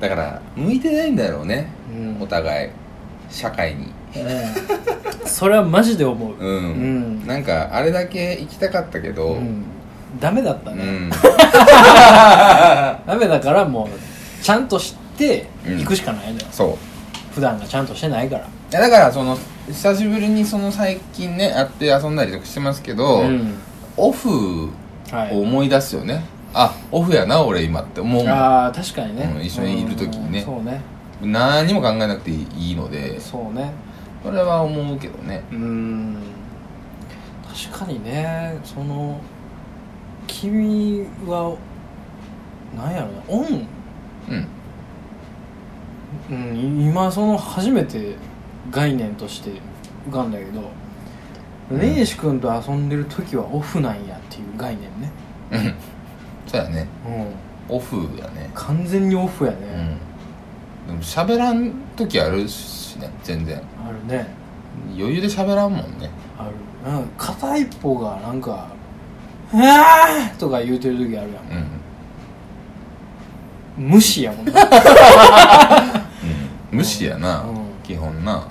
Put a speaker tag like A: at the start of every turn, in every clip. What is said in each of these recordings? A: だから向いてないんだろうね、
B: うん
A: お互い社会に
B: うんそれはマジで思う
A: うん、
B: うん
A: なんかあれだけ行きたかったけど、
B: うんダメだった
A: う
B: ね、
A: ん
B: ダメだからもうちゃんとして行くしかないのよ、
A: そう
B: 普段がちゃんとしてないから
A: いやだからその久しぶりにその最近ね会って遊んだりとかしてますけど、
B: うん
A: オフ
B: はい
A: を思い出すよね、あオフやな俺今って思う
B: ああ確かにね、
A: うん一緒にいる時にね
B: うんそうね
A: 何も考えなくていいので
B: そうね
A: それは思うけどね
B: うん確かにねその君はなんやろなオン、
A: うん
B: うん、い今その初めて概念として浮かんだけど
A: うん
B: レイシ君と遊んでる時はオフなんやっていう概念ね
A: うんそうやね
B: うん
A: オフやね
B: 完全にオフやね、
A: うんでも喋らん時あるしね全然
B: あるね
A: 余裕で喋らんもんね
B: あるうん片一方がなんか「ああ!」とか言うてる時あるやん
A: うん、
B: 無視やも んね、
A: 無視やな、
B: うん
A: 基本な
B: うん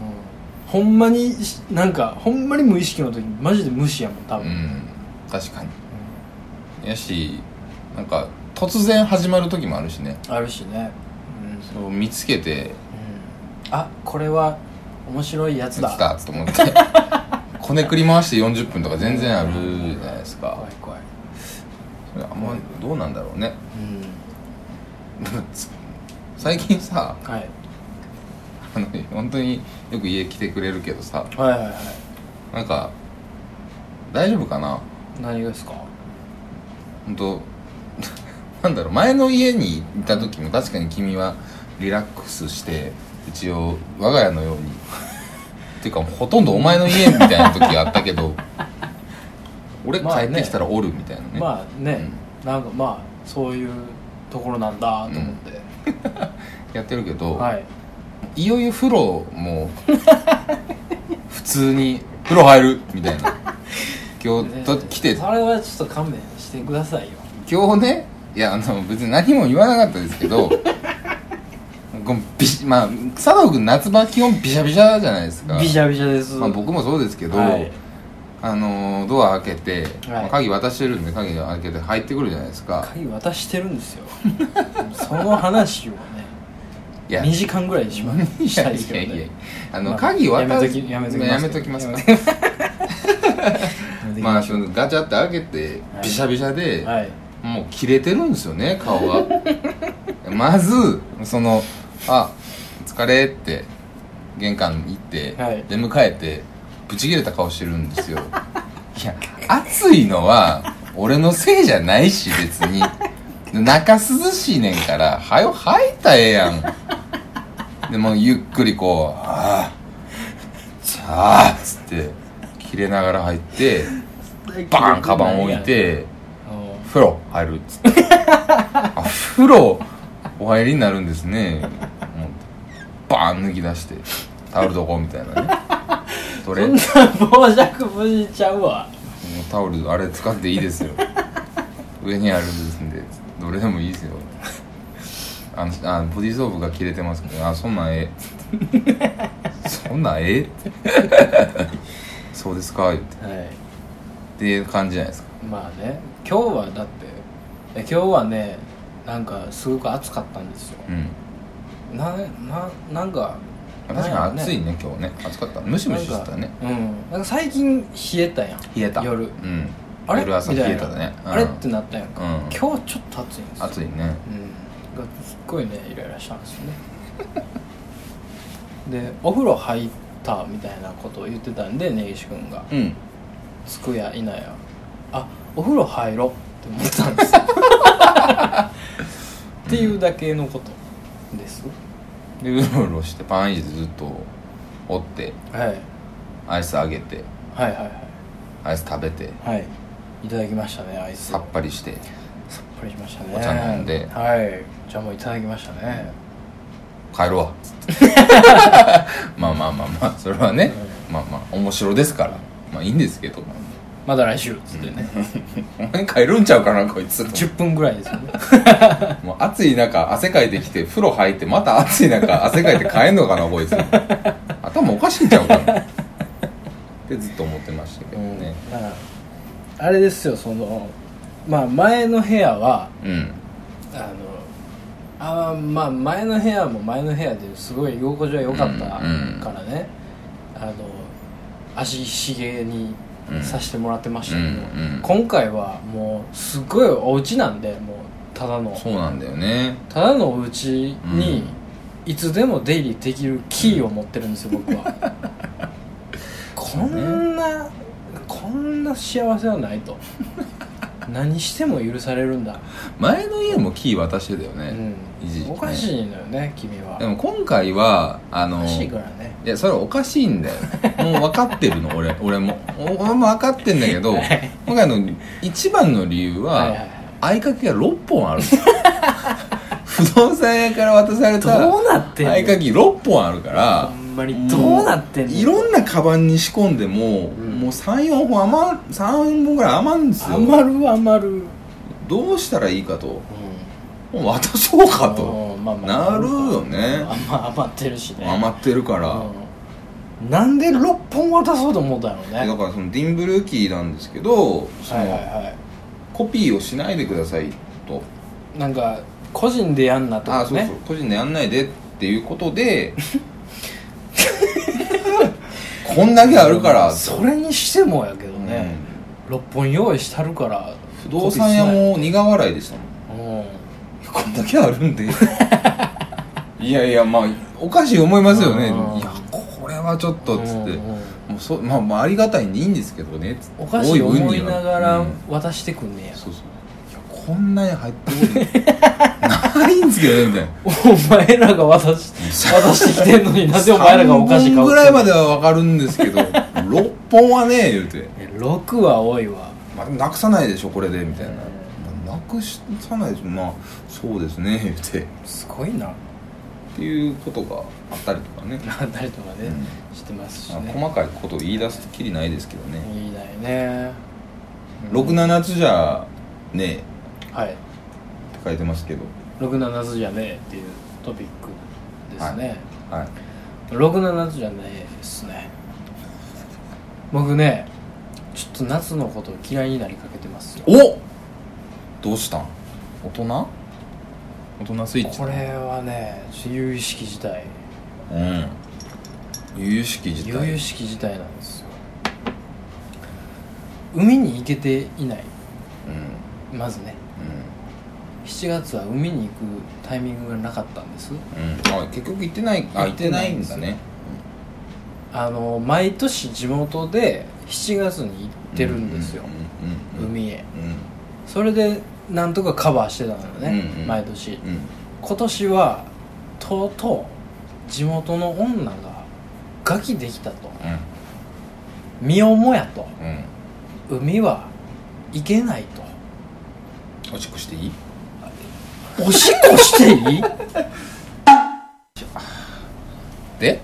B: ほんまにしなんかほんまに無意識の時マジで無視やもん多
A: うん、
B: 分、
A: 確かにやしなんか突然始まる時もあるしね
B: あるしね、うん
A: そう見つけて
B: あこれは面白いやつだ
A: 来たと 思ってこねくり回して40分とか全然あるじゃないですか
B: 怖い怖い、
A: それあんまどうなんだろうね
B: う
A: 最近さ
B: んはい、
A: あの本当によく家来てくれるけどさ
B: はいはいはい
A: なんか大丈夫かな
B: 何がですか
A: 本当 なんだろう前の家にいた時も確かに君はリラックスして一応我が家のように っていうかほとんどお前の家みたいな時があったけ ど俺帰
B: まあね
A: ってきたらおるみたいなね,、
B: まあね、なんかまあそういうところなんだと思って、
A: やってるけど、
B: はい
A: い、よいよ風呂 も普通に風呂入るみたいな今日と来て
B: それはちょっと勘弁してくださいよ
A: 今日ねいやあの別に何も言わなかったですけ どこのびしまあ佐藤君夏場基本ビシャビシャじゃないですか
B: ビシャビシャです、
A: まあ、僕もそうですけど、
B: はい
A: あのドア開けて、まあ鍵渡してるんで鍵開けて入ってくるじゃないですか
B: 鍵渡してるんですよその話をね
A: いや
B: 2時間ぐらいしましたいですけど
A: いやいやい
B: ね
A: やあの、
B: まあ
A: 鍵渡す
B: やめとき
A: まあやめときます
B: や
A: か
B: めときますけど
A: まあそのガチャって開けて
B: はい
A: ビシャビシャで、
B: はい
A: もう切れてるんですよね顔が まずその「あ疲れ」って玄関行って、
B: はい
A: 出迎えてブチ切れた顔してるんですよいや暑いのは俺のせいじゃないし別に中涼しいねんからはよ吐いたらええやんでもうゆっくりこう「ああさあ」っつって切れながら入ってバーンカバン置いて
B: うん
A: 風呂入るっつってあ風呂お入りになるんですね思ってバーン脱ぎ出してタオルどこみたいなねそれ
B: そ
A: も
B: ん
A: う
B: な傍若無人ちゃうわ
A: タオルあれ使っていいですよ上にあるんですんでどれでもいいですよあのあボディーソープが切れてますけどあそんなんええそんなんええそうですか言って
B: は
A: っていう感じじゃないですか
B: いまあね今日はだってえ今日はねなんかすごく暑かったんですよ
A: うん
B: なななんか
A: 確かに暑いね今日ね暑かったムシムシしてたね
B: なんかうんなんか最近冷えたやん
A: 冷えた
B: 夜
A: うん
B: あれ
A: 夜朝
B: み
A: 冷
B: たい
A: え
B: な
A: たねうん
B: あれってなったやんか、
A: うん
B: 今日ちょっと暑いんですよ
A: 暑いね
B: うんがすっごいねイライラしたんですよねでお風呂入ったみたいなことを言ってたんで根岸君が
A: うん
B: 着くやいなやあお風呂入ろって思ったんで すよっていうだけのことです、
A: でうろうろしてパンイジでずっとおって
B: はい、はい
A: アイスあげて
B: はいはい
A: アイス食べて
B: はいいただきましたねアイス
A: さっぱりして
B: さっぱりしましたね
A: お茶飲んで
B: はいお茶もいただきましたね
A: 帰るわっつって まあまあまあまあそれはねまあまあ面白ですからまあいいんですけど
B: まだ来週っつってね、
A: お前帰るんちゃうかなこいつ
B: 10分ぐらいですよ ね
A: もう暑い中汗かいてきて風呂入ってまた暑い中汗かいて帰んのかなこいつ頭おかしいんちゃうかなってずっと思ってましたけどね
B: だからあれですよそのまあ前の部屋は
A: うん
B: あのあーまあ前の部屋も前の部屋ですごい居心地は良かった
A: うんうん
B: からね、あの足しげに
A: うん
B: させてもらってましたけど、
A: うんうん
B: 今回はもうすごいお家なんでもうただの
A: そうなんだよね
B: ただのお家に
A: うん
B: いつでも出入りできるキーを持ってるんですよ、僕は こんな、こんな幸せはないと何しても許されるんだ、
A: 前の家もキー渡してたよ
B: う
A: ね、
B: ん
A: 一時期、ね
B: おかしいのよね君は
A: でも今回はあ
B: お
A: の
B: かしいからね
A: いやそれおかしいんだよもう分かってる の俺俺もお俺も分かってんだけど
B: はい
A: 今回の一番の理由は、
B: はいはいはい
A: 合鍵が6本ある不動産屋から渡された
B: どうなってんの
A: 合鍵6本あるから
B: ほんまにどうなってんの
A: もういろんなカバンに仕込んでも、
B: ん
A: もう34本余る3本ぐらい余るんですよ
B: 余る余る、うん、
A: どうしたらいいかともう渡そうかと
B: うんまあ
A: なるよね
B: まあ余ってるしね
A: 余ってるから、
B: うんなんで6本渡そうと思ったのね
A: だからそのディンブルーキーなんですけどその、
B: はいはいは
A: コピーをしないでくださいと
B: いなんか個人でやんなと
A: あ
B: か
A: あそうそう、
B: ね
A: 個人でやんないでっていうことで こんだけあるから、
B: それにしてもやけど
A: うん
B: ね、六6本用意したるから
A: 不動産屋も苦笑いでしたもん
B: うん
A: こんだけある んでいやいやまあおかしい思いますよね
B: うん
A: いやこれはちょっとっつって、
B: うんうん
A: もうそまあ、まあありがたいにいいんですけどねつって
B: おかしい
A: 多分
B: 思
A: に
B: い
A: は
B: ながら
A: うん
B: 渡してくんねや、
A: そうそういやこんなに入ってこないないんですけどねみたいな
B: お前らが渡し渡してきてんのになぜお前らがおかしい
A: 3
B: 顔
A: 本ぐ
B: して
A: らい
B: んの
A: までは分かるんですけど6本はね言うて、
B: 6は多いわ
A: まあ、なくさないでしょこれでみたいな、まあなくさないでしょまあそうですね言うてっ
B: すごいな
A: ていうことがあったりとかね
B: 誰とかね、知ってますし
A: まあ
B: ね
A: 細かいことを言い出すときりないですけどね、
B: いいだよね
A: 67つじゃね
B: はい
A: えって書いてますけど
B: 67つじゃねえっていうトピックですね、
A: はい
B: 67つじゃねえですね僕ねちょっと夏のことを嫌いになりかけてますよ
A: おどうしたん大人大人スイッチ
B: これはねちょっと由々しき事態
A: うん由々しき事
B: 由々
A: 態
B: しき事態なんですよ海に行けていない
A: うんうん
B: まずね7月は海に行くタイミングがなかったんです
A: うん、あ結局行ってないあ行ってないんだね
B: あの毎年地元で7月に行ってるんですよ、
A: うんうんうん
B: 海へ
A: うん
B: それでなんとかカバーしてたのよね、
A: うんうん
B: 毎年
A: うん
B: 今年はとうとう地元の女がガキできたと身をもやと
A: うん
B: 海は行けないと
A: うんおしっこしていい
B: おしっこしていい
A: で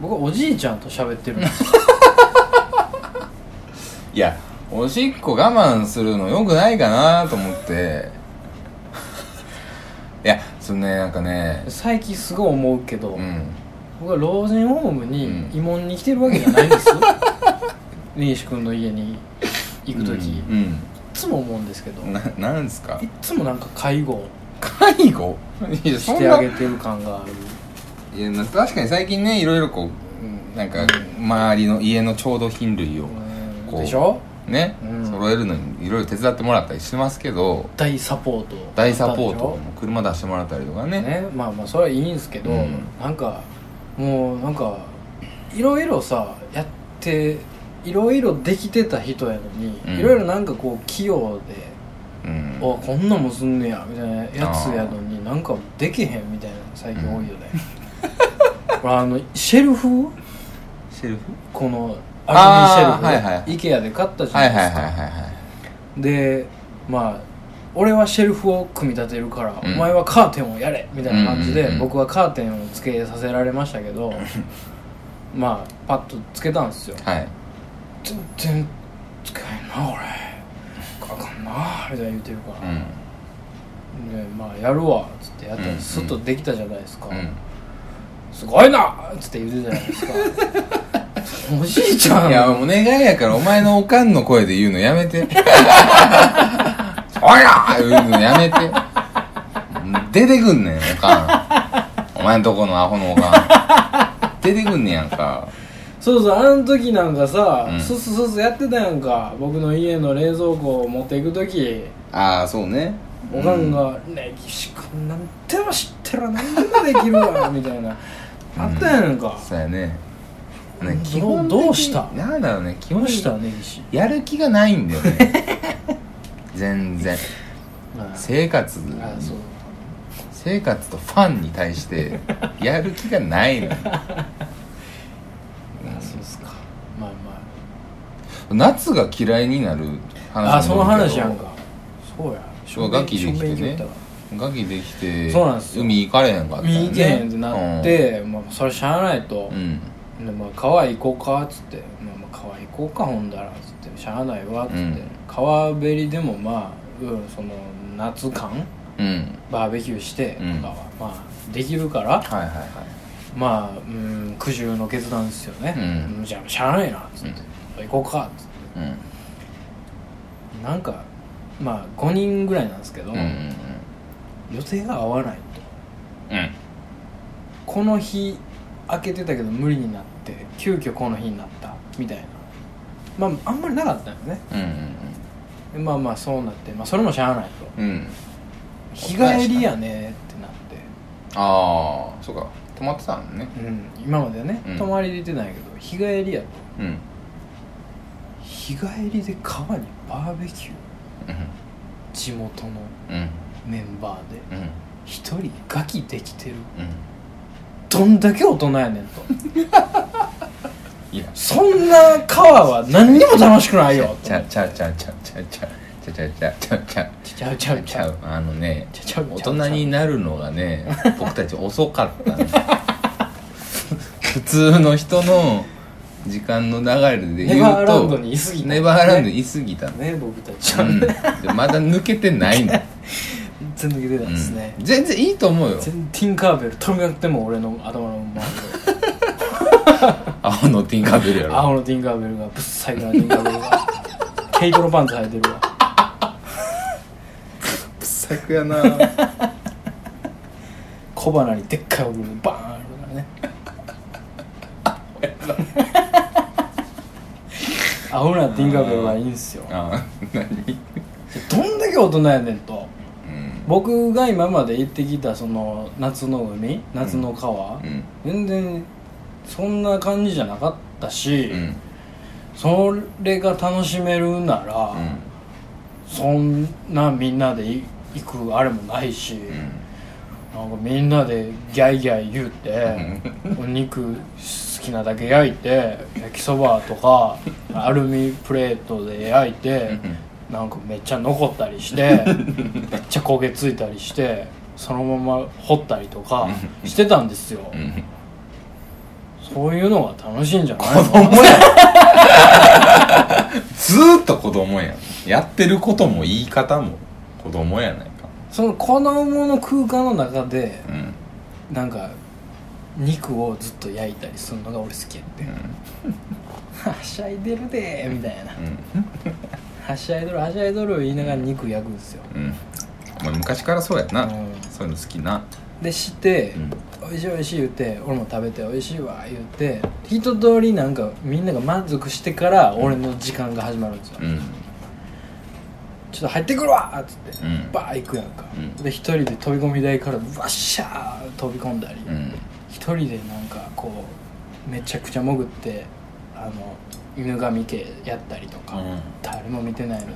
B: 僕おじいちゃんと喋ってるんですよ
A: いやおしっこ我慢するのよくないかなと思って いやそのねなんかね
B: 最近すごい思うけど、
A: うん
B: 僕は老人ホームに
A: うん
B: 慰問に来てるわけじゃない んです根岸君の家に行く時、い
A: うん、
B: つも思うんですけど
A: うん、ななんですか
B: いっつもなんか介護
A: 介護いやそ
B: し
A: ん
B: てあ
A: な
B: げてる感がある
A: いやな確かに最近ねいろいろこううんなんか周りの家の調度品類を
B: うん
A: こう
B: でしょ
A: ね、
B: うん
A: 揃えるのにいろいろ手伝ってもらったりしてますけど
B: 大サポート
A: 大サポートも車出してもらったりとかね
B: ねまあまあそれはいいんですけど、
A: うん
B: なんかもうなんかいろいろさやっていろいろできてた人やのに、
A: うん
B: いろいろなんかこう器用で、
A: うん
B: あこんなんもすんねやみたいなやつやのになんかできへんみたいなの最近多いよね、俺 あのシェルフ
A: シェルフ
B: このアルミシェルフ、
A: あーはいはい
B: IKEA で買ったじゃ
A: は
B: ないいです
A: は
B: か、
A: いはいはいはい
B: でまあ俺はシェルフを組み立てるから、
A: うん
B: お前はカーテンをやれみたいな感じで、
A: うんうんうん
B: 僕はカーテンをつけさせられましたけ どまあパッとつけたんですよ
A: はい
B: 全然使えんな俺あかんなみたいな言うてるから、
A: うん
B: でまあやるわっつってやった
A: うんうん
B: らすっとできたじゃないですか、
A: うん
B: すごいなっつって言うてたじゃないですか おじいちゃん
A: いやお願いやからお前のおかんの声で言うのやめ ておいら言うのやめて出てくんねんおかんお前んとこのアホのおかん出てくんねんやんか
B: そうそうあの時なんかさ、
A: うん
B: スッススッスやってたやんか僕の家の冷蔵庫を持っていく時
A: ああそうね
B: おかん
A: う
B: が「ね岸君なんでも知ってる何でもできる わ」みたいなあったやんか、
A: そうやね
B: ど
A: ね
B: う
A: 基本的に
B: どうした
A: なんだろうね基
B: 来
A: 本
B: ま
A: 的に
B: したね岸
A: やる気がないんだよね全然
B: あ
A: 生活
B: あそう
A: 生活とファンに対してやる気がないの
B: あそうっすかまあま
A: 夏が嫌いになる
B: ああ
A: 話
B: その話やんかそうや
A: そうガキできて
B: しょんべん行
A: ね
B: ったわ
A: ガキできて
B: そうなんですよ
A: 海行かれへんかったよね
B: 見に行けへんってなっ、て、まあ、それしゃあないと
A: う、ん
B: でまあ、川行こうかっつって、まあ、まあ川行こうかほんだらっつってしゃあないわっつって、
A: うん
B: 川べりでもまあ、うん、その夏間
A: うん、うん、
B: バーベキューしてとか
A: うん
B: は、まあできるから
A: はいはいはい
B: まあ、うん、苦渋の決断ですよね、
A: うん
B: じゃあしゃあないなっつって、行こうかっつっ
A: うん
B: てなんかまあ5人ぐらいなんですけど、
A: うんうん
B: 予定が合わないと
A: うん
B: この日開けてたけど無理になって急遽この日になったみたいなまああんまりなかったよね
A: うん
B: でまあまあそうなって、まあ、それもしゃあないと
A: うんうんうん
B: 日帰りやねってなっ
A: ああそうか泊まってたんね
B: て、うん、今までね
A: うん
B: 泊まりで行ってないけど日帰りやと
A: うんうん
B: 日帰りで川にバーベキュー地元の
A: うん
B: メンバーで
A: うんうん
B: 一人ガキできてるどんだけ大人やねん と
A: いや
B: そんな川は何にも楽しくないよ
A: ちゃちゃちゃちゃちゃちゃちゃちゃちゃちゃちゃ
B: ちゃうちゃう
A: ち
B: ちゃ
A: ゃ
B: う
A: うあのね
B: ちゃうちゃう
A: 大人になるのがね僕たち遅かったんです 普通の人の時間の流れで
B: ネ
A: 言
B: バー
A: う
B: ランド
A: と
B: にいすぎた
A: ネバーランドにいすぎたの、
B: ね僕たち
A: う
B: は、
A: ん、でまだ抜けてないの、
B: 全然抜けてた
A: うん
B: ですね、
A: ん、全然いいと思うよ
B: 全ティンカーベルとにかくでも俺の頭の周り
A: 青のティンカーベルや
B: で
A: ろ
B: 青のティンカーベルがぶっさいからティンカーベ ルが毛糸のパンツ履いてるわ
A: 最悪やなう
B: 小鼻にでっかいおぐバーンあるか らね青なティンカーベルがいいんすよ
A: あ何
B: どんだけ大人やねんと
A: うん
B: 僕が今まで行ってきたその夏の海夏の川、
A: うん
B: 全然そんな感じじゃなかったし、
A: うん
B: それが楽しめるなら、
A: うん
B: そんなみんなでい行くあれもないし、なんかみんなでギャイギャイ言うて、お肉好きなだけ焼いて焼きそばとかアルミプレートで焼いて、なんかめっちゃ残ったりしてめっちゃ焦げついたりしてそのまま掘ったりとかしてたんですよ、
A: うんうん
B: そういうのが楽しいんじゃない
A: 子
B: の
A: 供やんずーっと子供やんやってることも言い方も子供やないか
B: その子供の空間の中で
A: うん
B: なんか肉をずっと焼いたりするのが俺好きやって、はしゃいでるでーみたいなはしゃいどるはしゃいどる言いながら肉焼くんですよ、
A: うんうんお前昔からそうやな、
B: うん
A: そういうの好きな
B: でして
A: うん
B: 「おいしいおいしい」言うて俺も食べて「おいしいわ」言うて一通りなんかみんなが満足してから俺の時間が始まるんですよ、
A: うん
B: ちょっと入ってくるわーっつって、
A: うん
B: バー行くやんか、
A: うん
B: で一人で飛び込み台からわっしゃー飛び込んだり、
A: うん
B: 一人でなんかこうめちゃくちゃ潜ってあの犬神家やったりとか、
A: うん
B: 誰も見てないのに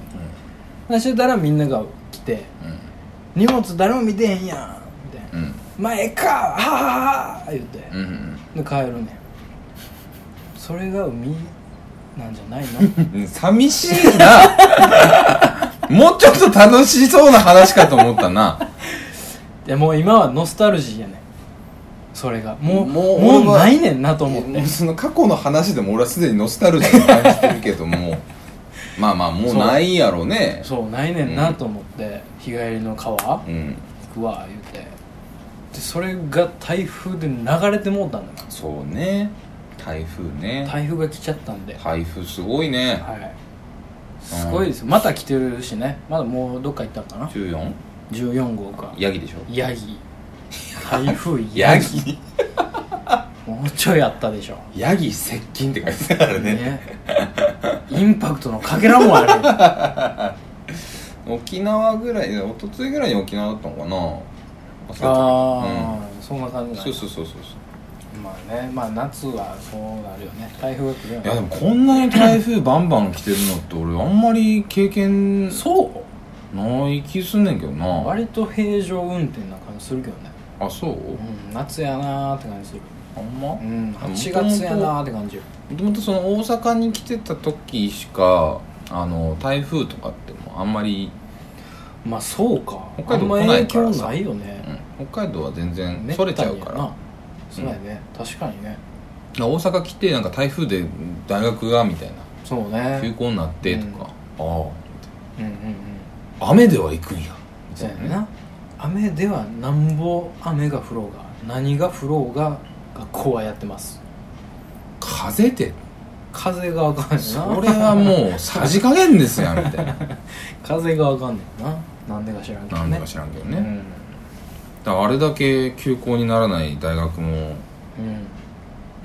A: うん
B: そしてたらみんなが来て「荷物誰も見てへんやん」みたいな
A: うん
B: 「まあええかははは」言うて
A: うんうん
B: で帰るねんそれが海なんじゃないの
A: うん寂しいな もうちょっと楽しそうな話かと思ったな
B: でもう今はノスタルジーやねんそれがもう
A: も
B: も
A: う
B: う
A: 俺は
B: ないねんなと思っ
A: も
B: て
A: うその過去の話でも俺はすでにノスタルジーを感じてるけどもまあまあもうないやろね
B: そうないねんなと思って、日帰りの川行
A: うん
B: くわ言うてでそれが台風で流れてもうたんだよ
A: そうね台風ね
B: 台風が来ちゃったんで
A: 台風すごいね
B: はいすごいですよまた来てるしねまだもうどっか行ったのかな
A: 14?
B: 14号か
A: ヤギでしょ
B: ヤギ台風ヤギもうちょいあったでしょ
A: ヤギ接近って書いてたからね
B: インパクトのかけら もあ
A: 沖縄ぐらい一昨日ぐらいに沖縄だったのかな忘れ
B: る
A: た
B: ああ、そんな感
A: う
B: じ
A: ん、
B: なん
A: そうそう
B: だ
A: そうそうそう
B: まあねまあ夏はそうなるよね台風が来るよ
A: いや
B: ね
A: でもこんなに台風バンバン来てるのって俺あんまり経験
B: そう
A: ない気すんねんけどな
B: 割と平常運転な感じするけどね、
A: あそう
B: うん、夏やなーって感じする
A: あんま
B: うん8月やなーって感じ
A: もともとその大阪に来てた時しかあの台風とかってもうあんまり、
B: まあそうか
A: 北海道
B: あんま
A: 来ないから
B: 影
A: さ
B: 響ないよね、
A: うん、北海道は全然
B: めった
A: そ
B: に
A: れちゃうから
B: やなそうやね、確かにね
A: 大阪来てなんか台風で大学がみたいな
B: そうね
A: 休校になってとか、あ
B: うんうんうん
A: あ雨では行くんやみ
B: そ
A: た
B: う
A: いなね
B: やな雨ではなんぼ雨が降ろうが何が降ろうが学校はやってます
A: 風で
B: 風があかんねんな
A: それはもうさじ加減ですやんみたいな
B: 風があかんねんななんでか知らんけど
A: な
B: ね
A: んでか知らんけどね、
B: ね
A: だからあれだけ休校にならない大学も
B: うん、うん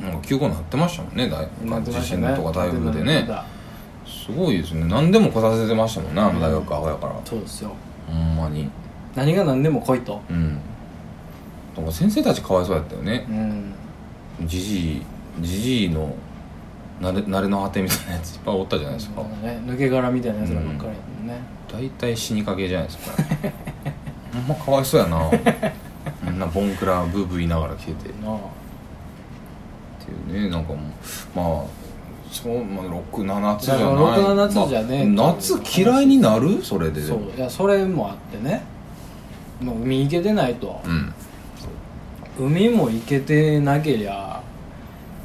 A: なんか休校になってましたもんね大
B: なって
A: 地
B: ました
A: 震
B: ね
A: とか台風で
B: なっ
A: ね
B: てた
A: すごいですね何でも来させてましたもんねあの大学アホやから、
B: そうですよ
A: ほんまに
B: 何が何でも来いと
A: うんだから先生たちかわいそうやったよね
B: うん
A: じじいじじいのなれ慣れの果てみたいなやついっぱいおったじゃないですか
B: なんかね抜け殻みたいなやつらばっかりやもんね、
A: 大体死にかけじゃないですか ほんまかわいそうやなみんなボンクラブーブー言いながら来てて
B: な
A: っ
B: あ
A: ていうねなんかもうまあそう、まあ、67つじゃ
B: だ
A: ない
B: から6 7つじゃねえ
A: まあ夏嫌いになるそれで
B: そういやそれもあってねもう海行けてないと
A: うん
B: 海も行けてなけりゃ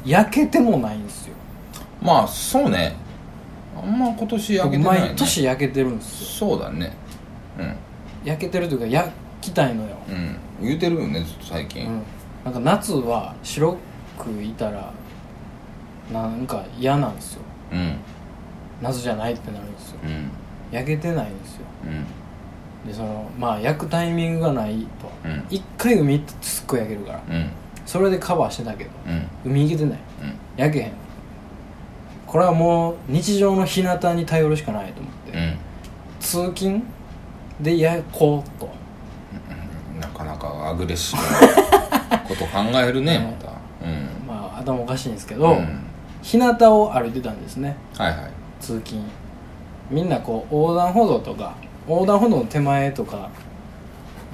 B: 焼けてもないんですよ
A: まあそうねあんま今年焼けてない、ね、
B: 毎年焼けてるんですよ
A: そうだねうん
B: 焼けてるというか焼きたいのよ、
A: うん言うてるよねずっと最近、
B: うんなんか夏は白くいたらなんか嫌なんですよ
A: うん、うん
B: 夏じゃないってなるんですよ
A: うん
B: 焼けてないんですよ
A: うん
B: でそのまあ焼くタイミングがない
A: う
B: と
A: ん
B: 一回海行ってすっごい焼けるから
A: うん
B: それでカバーしてたけど
A: うん
B: 海行けてない
A: うん
B: 焼けへんこれはもう日常の日向に頼るしかないと思って、通勤でやこうと
A: うんなかなかアグレッシブなこと考える ねまたうん
B: まあ頭おかしいんですけど、
A: ん、
B: 日向を歩いてたんですね
A: はいはい
B: 通勤みんなこう横断歩道とか横断歩道の手前とか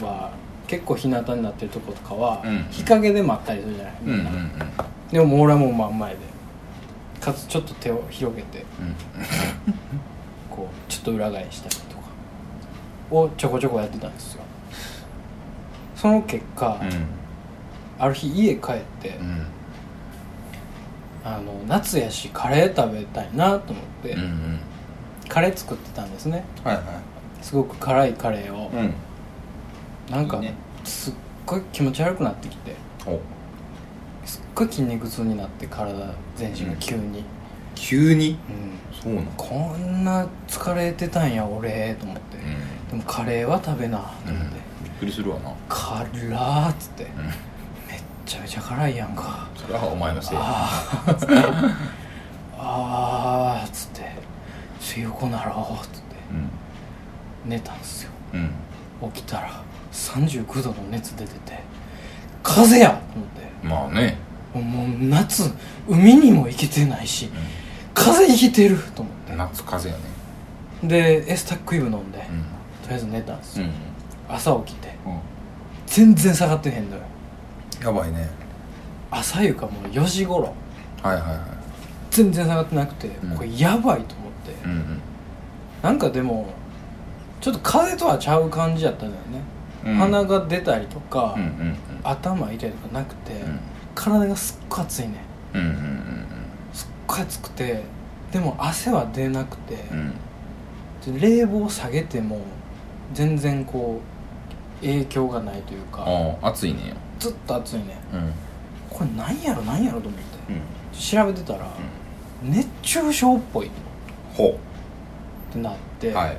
B: は結構日向になってるとことかは、
A: うん
B: 日陰で待ったりするじゃない、
A: うん
B: み
A: うんうん
B: んなでももう俺はもう真ん前でかつちょっと手を広げて
A: うん
B: こうちょっと裏返したりとかをちょこちょこやってたんですよその結果、ある日家帰って、
A: うんうん
B: あの夏やしカレー食べたいなと思って、
A: うんうん
B: カレー作ってたんですね
A: はいは
B: すごく辛いカレーを
A: い、うん
B: なん
A: い
B: か
A: いね
B: すっごい気持ち悪くなってきて
A: お
B: すっごい筋肉痛になって体全身が急に、
A: 急に
B: うん
A: そうなの
B: こんな疲れてたんや俺と思って、
A: う
B: で
A: ん
B: もカレーは食べなと思って、
A: びっくりするわな
B: 辛ーっつって、
A: ん
B: めっちゃめちゃ辛いやんか
A: それはお前のせいだ
B: あーっつってあーっつってちょ横なろうっつって
A: うん
B: 寝たんですよ
A: うん
B: 起きたら39度の熱出てて風邪やと思っ
A: まあね
B: てもうもう夏海にも行けてないし風邪ひいてると思っ
A: 夏風邪やね
B: てでエスタックイブ飲んで、
A: うん
B: とりあえず寝たんです
A: う
B: よ、
A: ん
B: 朝起きて
A: うん
B: 全然下がってへんのよ
A: やばいね
B: 朝夕かもう4時頃
A: はいはいは
B: 全然下がってなくて、
A: うん
B: これやばいと思って、
A: いうん
B: なんかでもちょっと風邪とはちゃう感じやったんだよね、
A: うん
B: 鼻が出たりとか、
A: うんうん
B: 頭痛いとかなくて、
A: うん
B: 体がすっごい熱いね
A: うんうんうんうん
B: すっごい熱くてでも汗は出なくて、
A: うん
B: で冷房下げても全然こう影響がないというか
A: ああ暑いねんや
B: ずっと暑いね
A: うんうん
B: これなんやろなんやろと思って調べてたら、熱中症っぽいっ
A: ほ
B: てなって、
A: うはい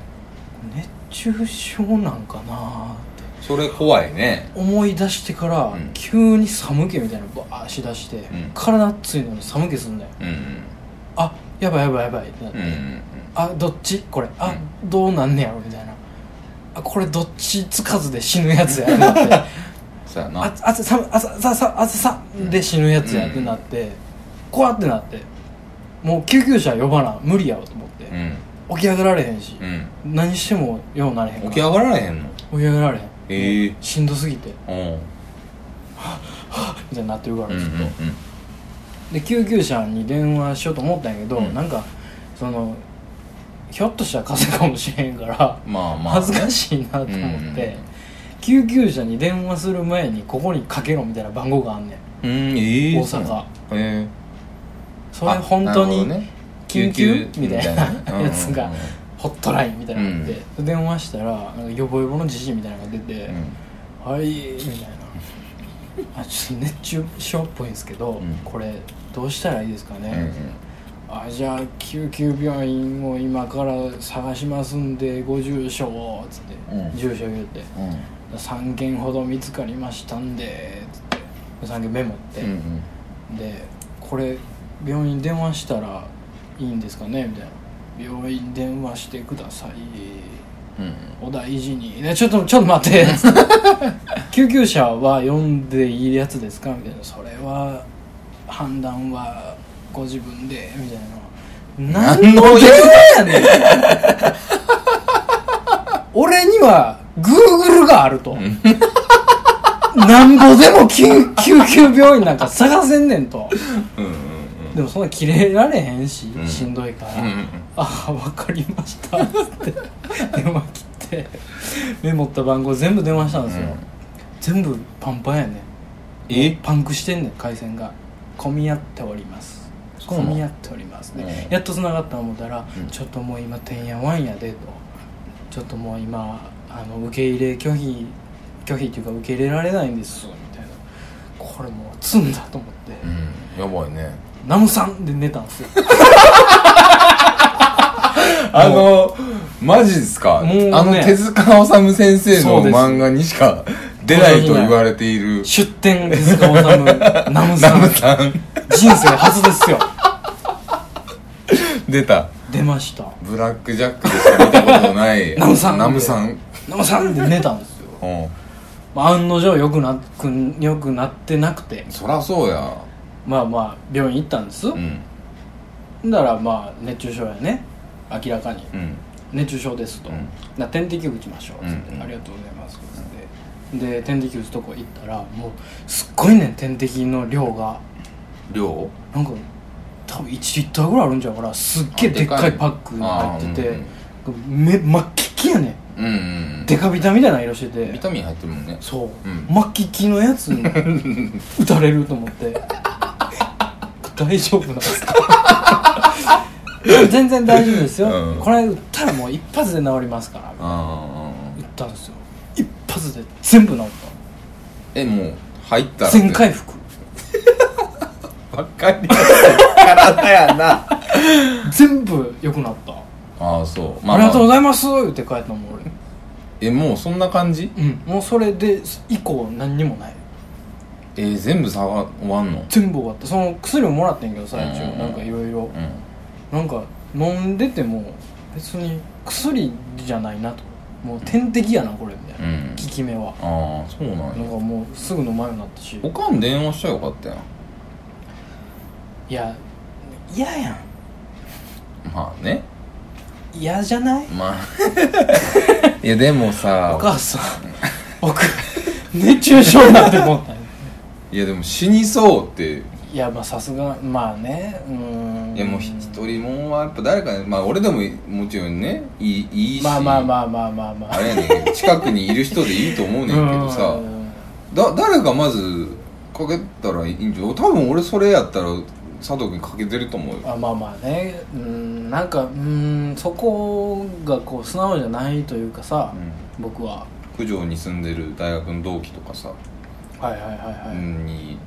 B: 熱中症なんかなって
A: それ怖いね
B: 思い出してから、
A: うん
B: 急に寒気みたいなのバーしだして、
A: ん
B: 体熱いのに寒気すんだよ
A: うん
B: あやばいやばいやばいってなって、
A: うんうん
B: あどっちこれあ、どうなんねやろみたいなあこれどっちつかずで死ぬやつやって なって
A: そうやな
B: ああつさあさささあささで死ぬやつやってなって、こわってなってもう救急車呼ばな無理やろと思って
A: う、ん
B: 起き上がられへんし
A: う、ん
B: 何してもようなれへんか
A: 起
B: ら
A: き上がられへんの
B: 起き上がられへん
A: ええ
B: しんどすぎて
A: うん
B: みたいになってるから
A: うん
B: ずっと、
A: うん
B: で救急車に電話しようと思ったんやけど、
A: うん
B: なんかそのひょっとしたら風邪かもしれへんから
A: うんまあまあ
B: 恥ずか
A: し
B: しいなと思って、
A: うん
B: 救急車に電話する前にここにかけろみたいな番号があんねん
A: いうんええ
B: 大阪
A: ええ
B: それ本当に緊急みたいなやつがホットラインみたいなのがあって、電話したらなんかヨボヨボのじじいみたいなのが出て「はい」みたいな「あちょっと熱中症っぽいんですけど、
A: うん
B: これどうしたらいいですかねあ」じゃあ救急病院を今から探しますんでご住所を」つって、
A: うん
B: 住所言って「3件ほど見つかりましたんで」つって3件メモって、でこれ病院電話したらいいんですかねみたいな病院電話してくださいお大事にねちょっとちょっと 待って救急車は呼んでいいやつですかみたいなそれは判断はご自分でみたいな何
A: 何の
B: の
A: 言
B: やねん俺には Google があると
A: ん
B: なんぼでも救救急病院なんか探せんねんとでもそんなキレられへんし、
A: ん
B: しんどいから、ああ分かりました」つって電話切ってメモった番号全部電話したんですよ、
A: うん
B: 全部パンパンやね
A: え
B: パンクしてんねん回線が混み合っております
A: そうな
B: 混
A: の
B: み合っておりますね、
A: うん
B: やっと繋がった思ったら、
A: うん
B: ちょっともう今てんやわんやで」と「ちょっともう今あの受け入れ拒否拒否というか受け入れられないんです」みたいなこれもう詰んだと思って、
A: やばいね
B: ナムさんで寝たんですよ
A: あのマジですかあ
B: もうね
A: の手塚治虫先生
B: そう
A: の
B: です
A: 漫画にしか出ないと言われてい る
B: 出店手塚治 虫ナムさ
A: ナ
B: ん
A: ムさん
B: 人生初ですよ
A: 出た
B: 出ました
A: ブラックジャックでしか見たことない
B: ナムさん
A: ナムさん
B: ナムさんで寝たんですよ、
A: うん
B: まあ、案の定良くなくん良くなってなくて
A: そらそうや
B: まあまあ病院行ったんです、
A: うん
B: だからまあ熱中症やね明らかに
A: うん
B: 熱中症ですと、
A: うん
B: な点滴打ちましょうっつって、
A: うんうん
B: ありがとうございますっつってで点滴打つとこ行ったらもうすっごいねん点滴の量が
A: 量
B: なんか多分1リッターぐらいあるんちゃうからすっげえ
A: あ
B: で
A: で
B: っ
A: かい
B: かいパックに入ってて、
A: あー
B: 目真っ黄きやね
A: うんうん
B: んデカビタみたいな色してて
A: ビタミン入ってるもんね
B: そう、
A: うん
B: 真っ黄きのやつ に打たれると思って大丈夫なんですか全然大丈夫ですよ、
A: うん
B: これ打ったらもう一発で治りますから
A: ああ
B: 打ったんですよ一発で全部治っ
A: えもう入った
B: た
A: ら
B: 全回復
A: ばっかりや体やな
B: 全部良くなった、
A: ああそう
B: ありがとうご
A: い
B: ざいます言って帰ったもん俺
A: えもうそんな感じ
B: うん、もうそれで以降何にもない
A: えー、全部差が終わんの
B: 全部終わったその薬をもらってんけど最
A: うん
B: 中
A: うんうん
B: なんかいろいろ
A: う
B: なんか飲んでても別に薬じゃないなともう点滴やなこれみたい
A: ん
B: な、
A: うん
B: 効き目は
A: ああそうなん
B: なんか
A: や
B: もうすぐ飲まんようになったし
A: おかん電話したらよかったやん
B: いや嫌や
A: まあね
B: ん嫌じゃない
A: まあいやでも
B: お
A: さ
B: 母さん僕熱中症になって思ったんや
A: いやでも死にそうって
B: いやまあさすがまあねうーん
A: いやもう一人もんはやっぱ誰かねまあ俺でももちろんねいいいいし
B: まあまあまあまあまあまあ
A: あれやねんけど近くにいる人でいいと思うねんけどさ
B: うん
A: だ誰がまずかけたらいいんじゃ多分俺それやったら佐藤君かけてると思うよ
B: あまあまあねうんなんかうんそこがこう素直じゃないというかさ、僕は
A: 九条に住んでる大学の同期とかさ、
B: はいはいはいはい、
A: に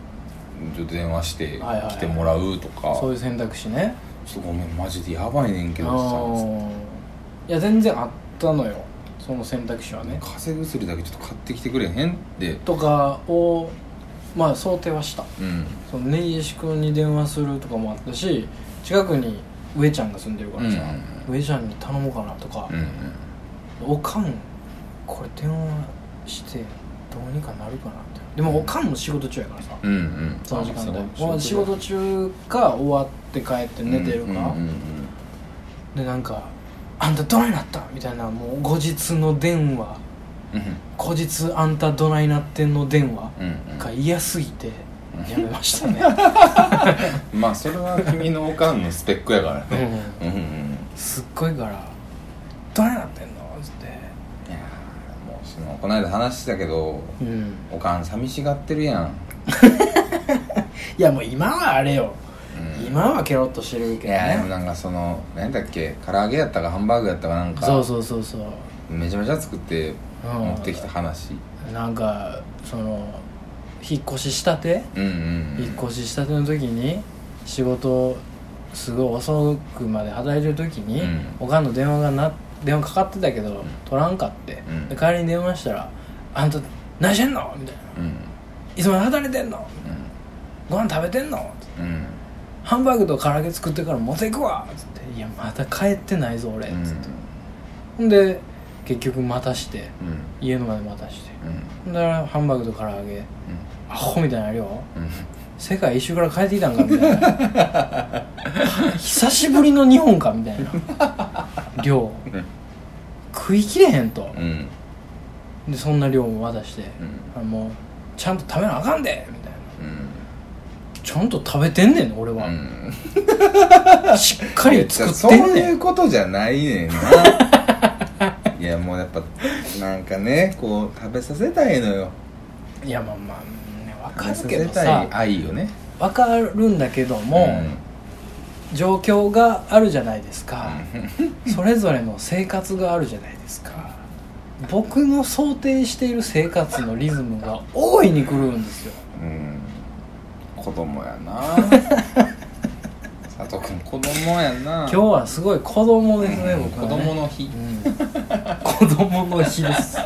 A: ちょっと電話して
B: はいはい
A: 来てもらうとか、
B: そういう選択肢ね
A: ちょっとごめんマジでやばいねんけ
B: あ
A: どさ
B: ーいや全然あったのよその選択肢はね
A: 風邪薬だけちょっと買ってきてくれへんって
B: とかをまあ想定はした
A: うん
B: その根岸君に電話するとかもあったし近くに上ちゃんが住んでるからさ、上ちゃんに頼もうかなとか
A: うん、うん
B: おかんこれ電話してどうにかなるかなってでもおかんも仕事中やからさ、
A: うんうん
B: その時間
A: あ
B: 帯もう仕事中か終わって帰って寝てるか、
A: うんうん
B: でなんか「あんたどないなった?」みたいなもう後日の電話
A: うん
B: 後日あんたどないなってんの電話
A: うんうん
B: が嫌すぎてやめましたね、
A: うんまあそれは君のおかんのスペックやから
B: う
A: ね
B: ん
A: うんうんうん
B: すっごいから「どないなってんの?」っつって
A: いやーもうそのこの間話してたけど
B: うん
A: おかん寂しがってるやん、
B: いやもう今はあれよ
A: うん
B: 今はケロッとしてる
A: い
B: けど
A: やでも
B: ね
A: なんかその何だっけ唐揚げやったかハンバーグやったかなんか
B: そうそうそうそう
A: めちゃめちゃ作って
B: うん
A: 持ってきた話
B: なんかその引っ越ししたて
A: うんうん
B: 引っ越ししたての時に仕事すごい遅くまで働いてる時に、
A: うん
B: おかんの電話がな電話かかってたけど、取らんかって、
A: うん
B: で帰りに電話したら「あんた何してんの?」みたいな
A: う
B: 「
A: ん
B: いつまで働いてんのご飯食べてんの?」って
A: うんうん
B: ハンバーグと唐揚げ作ってから持っていくわ」つって「いやまた帰ってないぞ俺」つって、ほんで結局待たして
A: うんうん
B: 家の前で待たして
A: うん
B: ほんだらハンバーグと唐揚げアホみたいな量
A: うん
B: 世界一周から帰ってきたんかみたいな久しぶりの日本かみたいな量
A: うん
B: 食いきれへんと
A: うんうん
B: でそんな量も渡して、あもうちゃんと食べなあかんでみたいなちゃんと食べてんねん俺は、
A: うん
B: しっかり作
A: そう
B: ってん
A: い
B: ねん
A: うことじゃないねん ないやもうやっぱなんかねこう食べさせたいのよ
B: いやまあまあ、ね、分
A: 食
B: か
A: べさ
B: るけ
A: せ
B: ど
A: たい
B: さ
A: 愛よね
B: 分かるんだけども、状況があるじゃないですか、それぞれの生活があるじゃないですか僕の想定している生活のリズムが大いに狂うんですよ
A: うん、うん、子供や な佐藤君子供やな
B: 今日はすごい子供ですね、僕
A: 子
B: はね
A: 供の日
B: うん、子供の日です